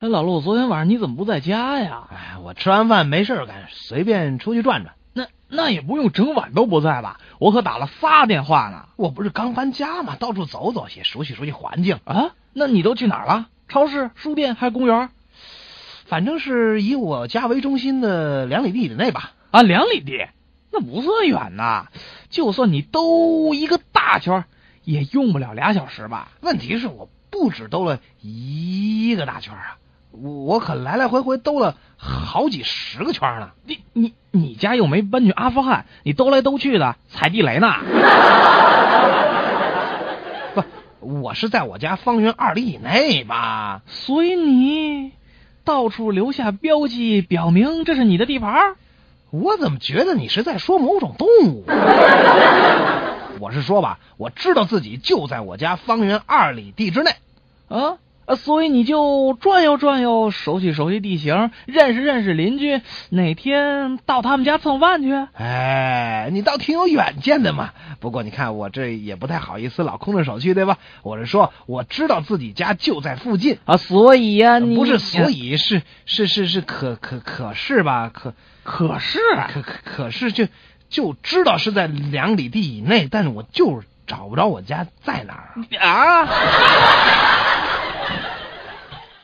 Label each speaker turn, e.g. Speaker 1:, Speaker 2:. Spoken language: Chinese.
Speaker 1: 哎，老陆，昨天晚上你怎么不在家呀？
Speaker 2: 哎，我吃完饭没事儿干，随便出去转转。
Speaker 1: 那那也不用整晚都不在吧？我可打了仨电话呢。
Speaker 2: 我不是刚搬家嘛，到处走走，也熟悉熟悉环境。
Speaker 1: 啊，那你都去哪儿了？超市、书店还是公园？
Speaker 2: 反正是以我家为中心的两里地以内吧。
Speaker 1: 啊，两里地，那不算远呐。就算你兜一个大圈儿，也用不了俩小时吧？
Speaker 2: 问题是我不止兜了一个大圈儿啊，我可来来回回兜了好几十个圈儿呢。
Speaker 1: 你你你家又没搬去阿富汗，你兜来兜去的踩地雷呢？
Speaker 2: 不，我是在我家方圆二里以内吧？
Speaker 1: 所以你到处留下标记，表明这是你的地盘儿。
Speaker 2: 我怎么觉得你是在说某种动物？啊 我是说吧，我知道自己就在我家方圆二里地之内。
Speaker 1: 啊，呃所以你就转悠转悠，熟悉熟悉地形，认识认识邻居，哪天到他们家蹭饭去？
Speaker 2: 哎，你倒挺有远见的嘛。不过你看我这也不太好意思老空着手去，对吧？我是说，我知道自己家就在附近，
Speaker 1: 啊，所以呀、你
Speaker 2: 呃不是所，以是是是是可可可是吧？可
Speaker 1: 可是啊
Speaker 2: 可可可是就就知道是在两里地以内，但是我就是找不着我家在哪儿啊。
Speaker 1: 啊，